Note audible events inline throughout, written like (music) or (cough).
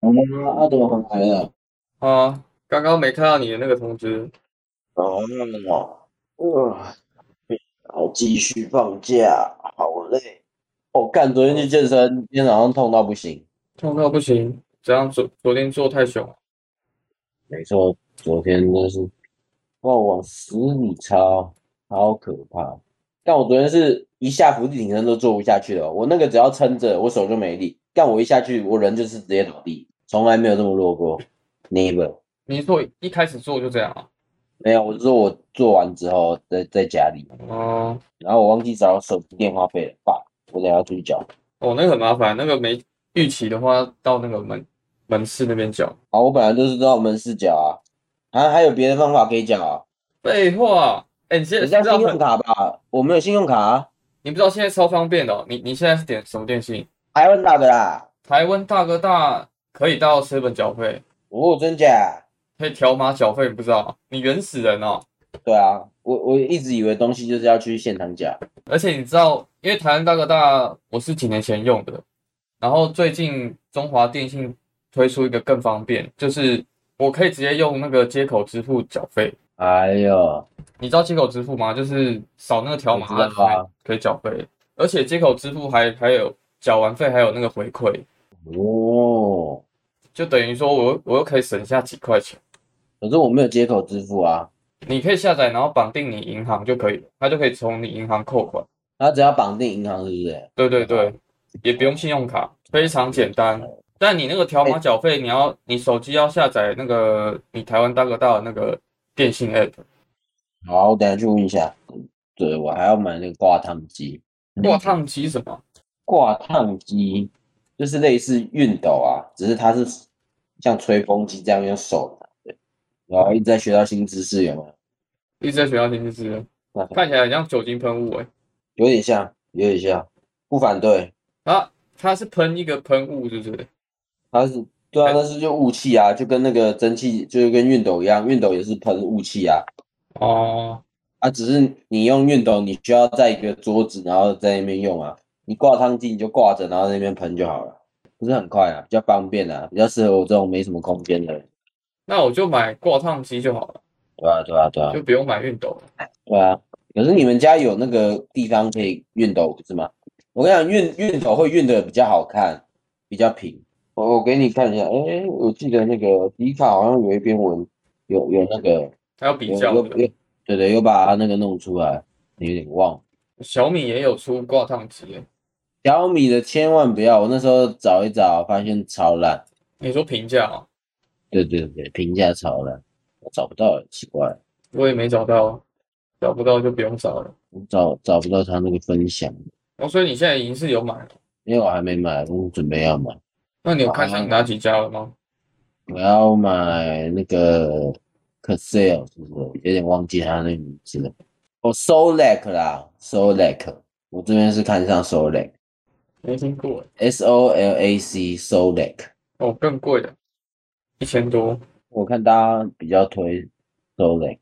啊，阿朵回来了。啊，刚刚没看到你的那个通知。哦，哇，好，继续放假，好累。我、哦干，昨天去健身，今天早上痛到不行。痛到不行，怎样？昨昨天做太凶了，没错，昨天真是，哇，往死里操，好可怕。但我昨天是一下伏地挺身都做不下去了，我那个只要撑着，我手就没力。但我一下去，我人就是直接倒地，从来没有这么弱过。Never，你做一开始做就这样啊？没有，我是说我做完之后在在家里，哦、然后我忘记找手机电话费了，爸，我等一下出去缴。哦，那个很麻烦，那个没预期的话，到那个门门市那边缴。啊，我本来就是知道门市缴啊，啊，还有别的方法可以缴啊？废话，哎、你现你像在你知道信用很，卡吧？我没有信用卡、啊，你不知道现在超方便的哦、你你现在是点什么电信？台湾打的啦。台湾大哥大可以到 seven 缴费，哦，真假？可以条码缴费，你不知道？你原始人哦。对啊，我我一直以为东西就是要去现场缴。而且你知道，因为台湾大哥大我是几年前用的，然后最近中华电信推出一个更方便，就是我可以直接用那个接口支付缴费。哎呦，你知道接口支付吗？就是扫那个条码我知道啊按可以缴费，而且接口支付还还有缴完费还有那个回馈，哦，就等于说我又我又可以省下几块钱。可是我没有接口支付啊，你可以下载，然后绑定你银行就可以了，它就可以从你银行扣款。它只要绑定银行，是不是？对对对，也不用信用卡，非常简单。但你那个条码缴费，你要你手机要下载那个你台湾大哥大的那个电信 app，好，我等一下去问一下。对，我还要买那个挂烫机。挂烫机什么？挂烫机就是类似熨斗啊，只是它是像吹风机这样用手拿的。然后一直在学到新知识，有没有？一直在学校听就是，那看起来很像酒精喷雾诶、欸有点像，有点像，不反对。啊，它是喷一个喷雾，是不是？它是对啊，那是就雾气啊，就跟那个蒸汽，就是跟熨斗一样，熨斗也是喷雾气啊。哦，啊，只是你用熨斗，你需要在一个桌子，然后在那边用啊。你挂烫机你就挂着，然后在那边喷就好了，不是很快啊，比较方便啊，比较适合我这种没什么空间的人。那我就买挂烫机就好了，对啊，对啊，对啊。就不用买熨斗了。对啊，可是你们家有那个地方可以熨斗不是吗？我跟你讲，熨熨斗会熨的比较好看，比较平。我我给你看一下，哎，我记得那个迪卡好像有一篇文，有有那个还要比有较有的，有，对对，有把它那个弄出来，有点忘了。小米也有出挂烫机欸诶、小米的千万不要，我那时候找一找，发现超烂。你说评价哦，对对对，评价超烂，我找不到，奇怪，我也没找到，找不到就不用找了。我找找不到他那个分享，哦，所以你现在已经是有买了。因为我还没买，我准备要买。哦那你有看上哪几家了吗？我要买那个 c a s e l 是不是？有点忘记它那个名字了。哦，Solec 啦，Solec，我这边是看上 Solec，S 没听过， O L A C，Solec。哦，更贵的，一千多。我看大家比较推 Solec。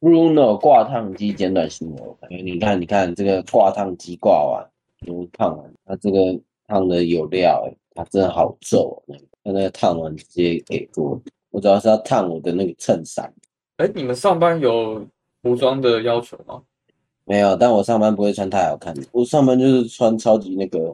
Bruno 挂烫机简短型模，你看，你看这个挂烫机挂完，都烫完，它这个烫的有料、欸，它真的好皱、哦，它那个烫完直接给过，我主要是要烫我的那个衬衫。哎，你们上班有服装的要求吗？没有，但我上班不会穿太好看的，我上班就是穿超级那个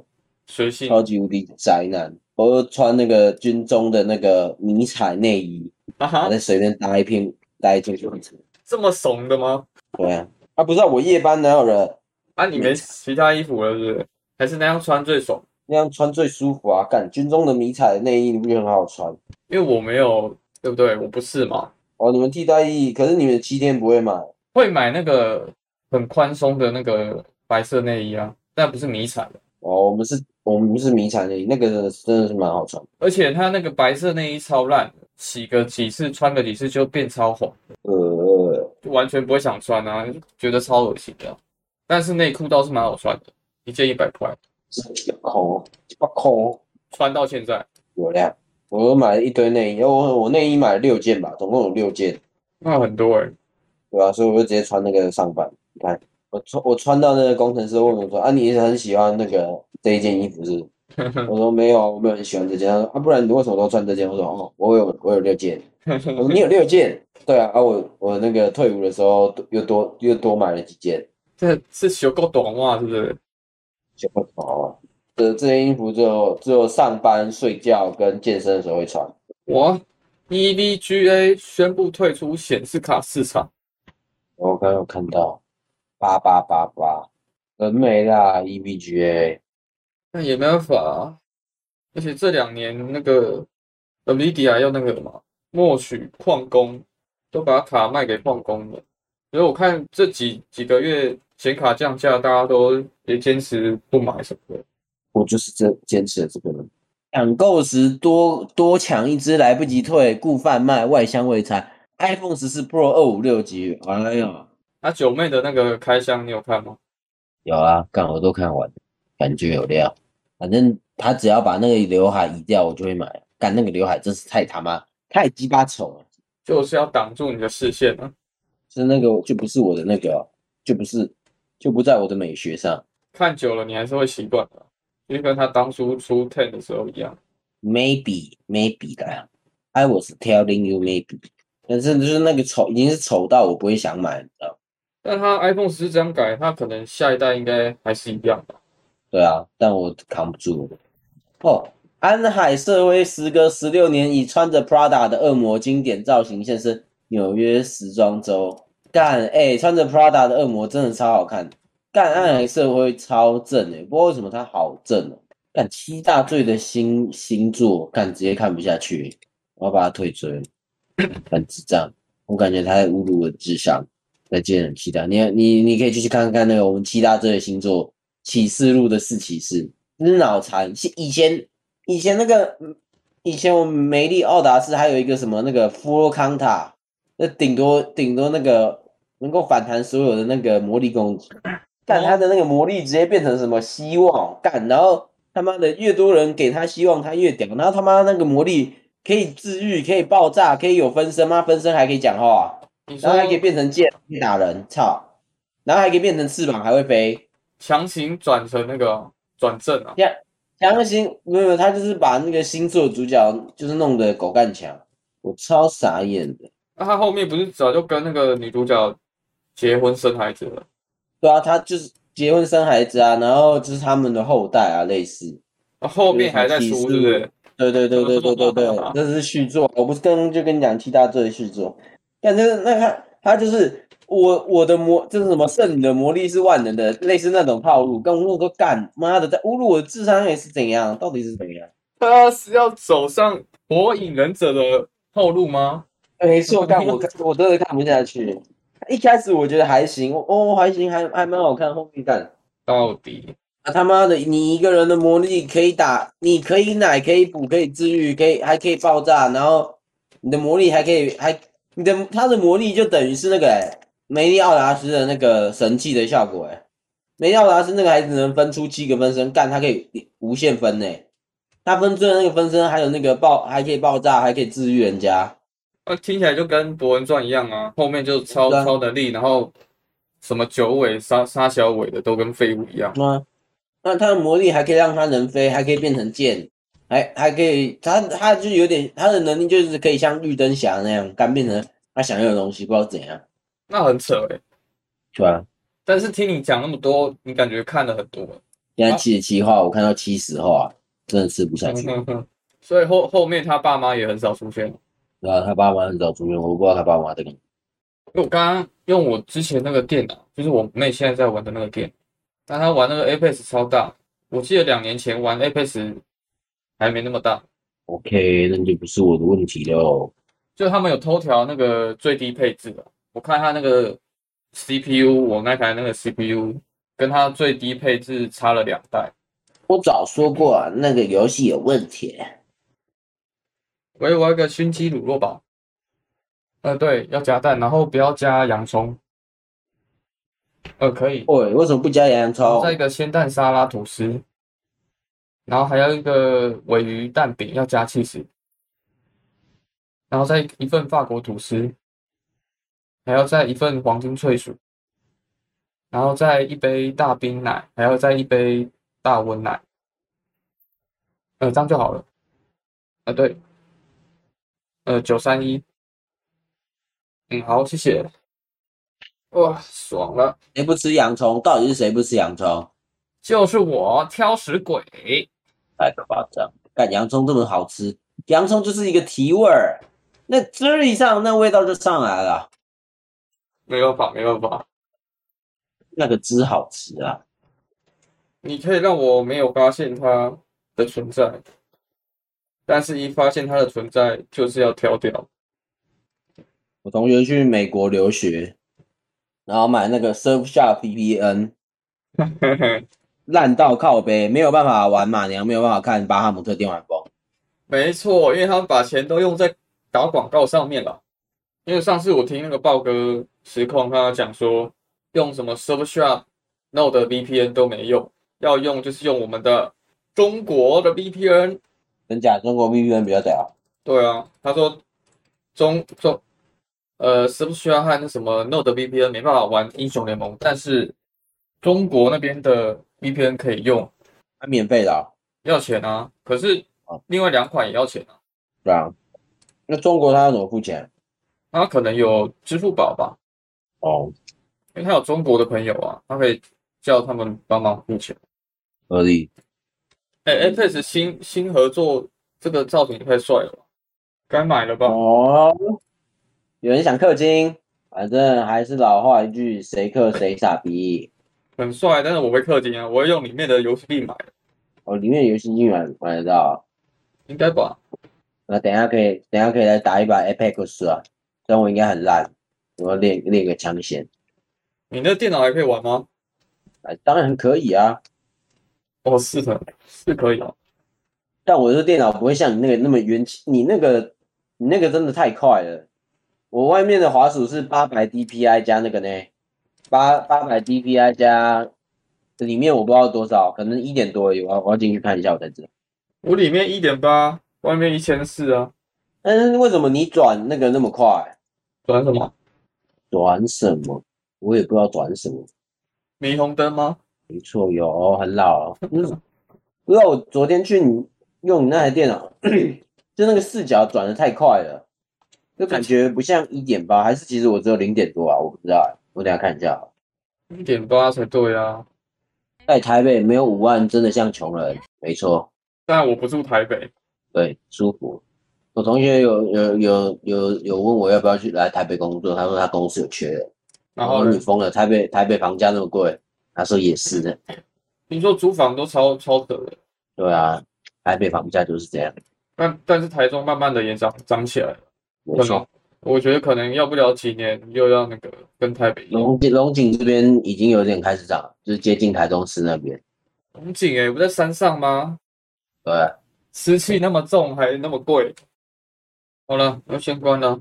随性超级无敌宅男，我就穿那个军中的那个迷彩内衣，啊然哈后，再随便搭一片搭一件裤子。这么怂的吗？对啊，啊不是啊我夜班哪有人啊，你没其他衣服了是不是？还是那样穿最爽？那样穿最舒服啊？干军中的迷彩内衣你不觉得很好穿？因为我没有，对不对？我不是嘛，哦，你们替代役，可是你们七天不会买会买那个很宽松的那个白色内衣啊，但不是迷彩的。哦，我们是我们不是迷彩内衣，那个真的是真的是蛮好穿。而且它那个白色内衣超烂的，洗个几次，穿个几次就变超红。呃，就完全不会想穿啊，就觉得超恶心的。但是内裤倒是蛮好穿的，一件一百块，一把空，一把空。穿到现在。有量，我又买了一堆内衣，我我内衣买了六件吧，总共有六件，那很多哎、对吧、所以我就直接穿那个上班。你看，我穿我穿到那个工程师问我说：“啊，你很喜欢那个这一件衣服是不是？”我说没有啊，我没有很喜欢这件。他说啊，不然你为什么都穿这件？我说哦，我有我有六件。我说你有六件？对啊，啊我我那个退伍的时候又多又多买了几件。 (laughs) 这是修够短袜，是不是？就不好啊。这这件衣服只有只有上班、睡觉跟健身的时候会穿。我 E EVGA 宣布退出显示卡市场，我刚刚有看到八八八八，人没啦，EVGA，E 那也没办法、啊。而且这两年那个 NVIDIA 要那个嘛，默许矿工都把卡卖给矿工了，所以我看这几几个月显卡降价，大家都也坚持不买什么的。我就是这坚持了这个人。抢购时多多抢一只，来不及退，故贩卖，外箱未拆。iPhone 十四 Pro 二五六 G，哎呦，那、啊九妹的那个开箱你有看吗？有啊，干我都看完，感觉有料。反正他只要把那个刘海移掉，我就会买。干那个刘海真是太他妈太鸡巴丑了，就是要挡住你的视线啊！是那个就不是我的那个哦，就不是就不在我的美学上。看久了你还是会习惯的，啊就跟他当初出 Ten 的时候一样。 Maybe maybe 的，I was telling you maybe，但是就是那个丑已经是丑到我不会想买，呃你知道吗？但他 iPhone 十这样改，他可能下一代应该还是一样吧。对啊，但我扛不住。哦，安海瑟薇时隔十六年以穿着 Prada 的恶魔经典造型现身纽约时装周。干，哎、穿着 Prada 的恶魔真的超好看。干，安海瑟薇超正哎、不知道为什么她好正哦、干，七大罪的星星座，干直接看不下去，欸我要把她退追。很智障，我感觉他在侮辱我的智商。再见，七大，你你你可以继续看看那个我们七大这类星座启示录的四骑士，真是脑残。是以前以前那个嗯以前我们梅丽奥达斯还有一个什么那个弗洛康塔，那顶多顶多那个能够反弹所有的那个魔力攻击，但他的那个魔力直接变成什么希望干，然后他妈的越多人给他希望，他越屌，然后他妈那个魔力可以治愈，可以爆炸，可以有分身吗？分身还可以讲话、啊你说然后还可以变成剑可以打人，操！然后还可以变成翅膀，还会飞。强行转成那个啊转正啊？强行没有没有，他就是把那个星座主角就是弄得狗干强，我超傻眼的。那他啊后面不是早就跟那个女主角结婚生孩子了？对啊，他就是结婚生孩子啊，然后就是他们的后代啊，类似。啊后面还在出，是不是？对对对对对对对，这是续作。我不是跟就跟你讲七大罪的续作，但是那他他就是我我的魔，这是什么圣女的魔力是万能的，类似那种套路。跟我说干妈的在侮辱我的智商也是怎样？到底是怎样？他是要走上火影忍者的后路吗？没错，但我看我真的看不下去。一开始我觉得还行，哦还行，还还蛮好看，后面干。到底啊他妈的，你一个人的魔力可以打，你可以奶，可以补，可以治愈，可以还可以爆炸，然后你的魔力还可以还你的他的魔力就等于是那个、欸、梅丽奥达斯的那个神器的效果哎、欸，梅丽奥达斯那个还只能分出七个分身，干他可以无限分呢、欸，他分出的那个分身还有那个爆还可以爆炸，还可以治愈人家。那、啊、听起来就跟《博文传》一样啊，后面就超对啊超能力，然后什么九尾、沙沙小尾的都跟废物一样。那那它的魔力还可以让它能飞，还可以变成剑，还还可以，它它就有点它的能力就是可以像绿灯侠那样，干变成他想要的东西，不知道怎样，那很扯哎、对吧、啊？但是听你讲那么多，你感觉看了很多。啊现在七十七话，我看到七十话，真的吃不下去。啊 (laughs) 所以后后面他爸妈也很少出现。然后他爸妈很早出院，我不知道他爸妈在干嘛。因为我刚刚用我之前那个电脑，就是我妹现在在玩的那个电脑，但她玩那个 Apex 超大。我记得两年前玩 Apex 还没那么大， OK，那就不是我的问题喽。就他们有偷调那个最低配置的。我看他那个 CPU，我那台那个 CPU 跟它最低配置差了两代。我早说过、啊，那个游戏有问题。我有玩一个熏鸡卤肉堡，呃，对，要加蛋，然后不要加洋葱。呃，可以。喂，为什么不加洋葱再？一个鲜蛋沙拉吐司，然后还要一个尾鱼蛋饼，要加气司，然后再一份法国吐司，还要再一份黄金脆薯，然后再一杯大冰奶，还要再一杯大温奶，呃，这样就好了。啊，对，呃，九三一，嗯，好，谢谢。哇，爽了，谁不吃洋葱？到底是谁不吃洋葱？就是我挑食鬼。太夸张！干洋葱这么好吃，洋葱就是一个提味儿，那汁儿一上，那味道就上来了，没办法，没办法，那个汁好吃啊！你可以让我没有发现它的存在，但是一发现它的存在，就是要挑掉。 (laughs) 我同学去美国留学，然后买那个 Surfshark VPN，嘿嘿，烂到靠背，没有办法玩马娘，没有办法看巴哈姆特电玩风。没错，因为他们把钱都用在打广告上面了。因为上次我听那个豹哥实况，他讲说用什么 Surfshark、Node VPN 都没用，要用就是用我们的中国的 VPN。真假？中国 VPN 比较屌，对啊，他说中中呃 Surfshark 和那什么 Node VPN 没办法玩英雄联盟，但是中国那边的 VPN 可以用，它免费的、哦，要钱啊。可是哦另外两款也要钱啊，对啊。那中国他要怎么付钱？那可能有支付宝吧。哦，因为他有中国的朋友啊，他可以叫他们帮忙付钱。合理。哎、a p e x 新新合作这个造型太帅了吧，该买了吧？哦，有人想氪金，反正还是老话一句，谁氪谁傻逼。很帅，但是我会氪金啊，我会用里面的游戏币买，哦，里面游戏竟然买得到，应该吧？那等一下可以，等一下可以来打一把 Apex 啊，虽然我应该很烂，我要练练个枪先。你那电脑还可以玩吗？啊，当然可以啊，哦，是的，是可以啊。但我的电脑不会像你那个那么元气，你那个你那个真的太快了。我外面的滑鼠是八百 DPI 加那个呢，八八百 DPI 加里面我不知道多少，可能一点多而已。我要我要进去看一下我才知道。我里面一点八，外面一千四啊，但是为什么你转那个那么快？转什么？转什么？我也不知道转什么。霓虹灯吗？没错，有哦很老了。嗯，不知道我昨天去你用你那台电脑， (clears throat) 就那个视角转的太快了，就感觉不像一点八，还是其实我只有零点多啊？我不知道，我等一下看一下好了。一点八才对啊，在台北没有五万，真的像穷人。没错，但我不住台北，对，舒服。我同学有有有有有问我要不要去来台北工作，他说他公司有缺人，然我后说你疯了，台北台北房价那么贵，他说也是的，听说租房都超超扯的，对啊，台北房价就是这样，但但是台中慢慢的也涨涨起来了。没可错能。我觉得可能要不了几年又要那个跟台北一样。龙井龙井这边已经有点开始涨了，就是接近台中市那边。龙井哎、不在山上吗？对，啊湿气那么重，还那么贵。好了，要先关了。